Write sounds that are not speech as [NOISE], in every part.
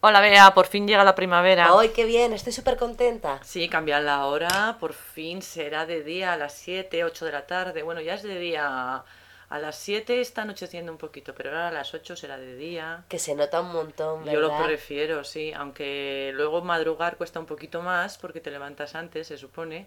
Hola Bea, por fin llega la primavera. ¡Ay, qué bien! Estoy súper contenta. Sí, cambian la hora, por fin será de día a las 7, 8 de la tarde. Bueno, ya es de día. A las 7 está anocheciendo un poquito, pero ahora a las 8 será de día. Que se nota un montón, ¿verdad? Yo lo prefiero, sí, aunque luego madrugar cuesta un poquito más porque te levantas antes, se supone.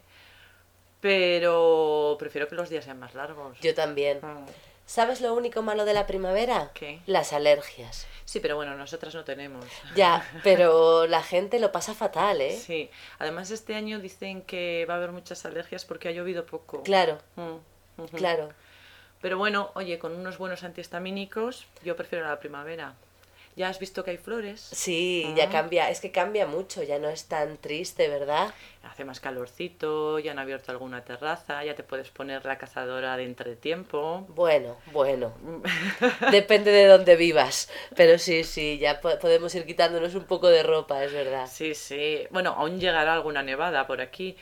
Pero prefiero que los días sean más largos. Yo también. Ah. ¿Sabes lo único malo de la primavera? ¿Qué? Las alergias. Sí, pero bueno, nosotras no tenemos. Ya, pero la gente lo pasa fatal, ¿eh? Sí, además este año dicen que va a haber muchas alergias porque ha llovido poco. Claro, Mm, ujú. claro. Pero bueno, oye, con unos buenos antihistamínicos, yo prefiero la primavera. ¿Ya has visto que hay flores? Sí, Ah. ya cambia, es que cambia mucho, ya no es tan triste, ¿verdad? Hace más calorcito, ya han abierto alguna terraza, ya te puedes poner la cazadora de entretiempo. Bueno, [LAUGHS] bueno. Depende de dónde vivas, pero sí, sí, ya po- podemos ir quitándonos un poco de ropa, es verdad. Sí, sí. Bueno, aún llegará alguna nevada por aquí,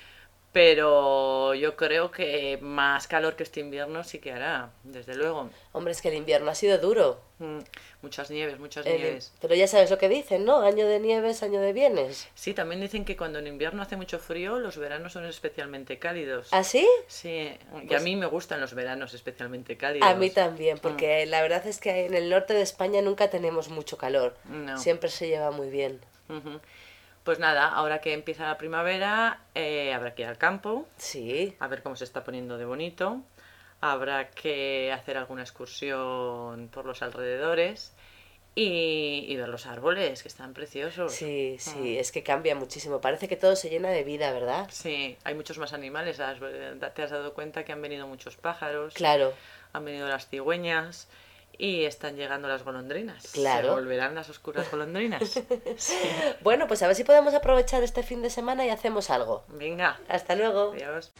pero yo creo que más calor que este invierno sí que hará, desde luego. Hombre, es que el invierno ha sido duro. Mm, Muchas nieves, muchas El- nieves. pero ya sabes lo que dicen, ¿no? Año de nieves, año de bienes. Sí, también dicen que cuando en invierno hace mucho frío, los veranos son especialmente cálidos. ¿Así? Sí, y a Pues- mí me gustan los veranos especialmente cálidos. A mí también, porque la verdad es que en el norte de España nunca tenemos mucho calor. No. Siempre se lleva muy bien. Ujú. Pues nada, ahora que empieza la primavera, eh, habrá que ir al campo, Sí, a ver cómo se está poniendo de bonito. Habrá que hacer alguna excursión por los alrededores y, y ver los árboles, que están preciosos. sí, sí, es que cambia muchísimo. Parece que todo se llena de vida, ¿verdad? Sí, hay muchos más animales. has- eh, Te has dado cuenta que han venido muchos pájaros. Claro, han venido las cigüeñas y están llegando las golondrinas. Claro. Se volverán las oscuras [LAUGHS] golondrinas. Bueno, pues a ver si podemos aprovechar este fin de semana y hacemos algo. Venga, Hasta luego. adiós.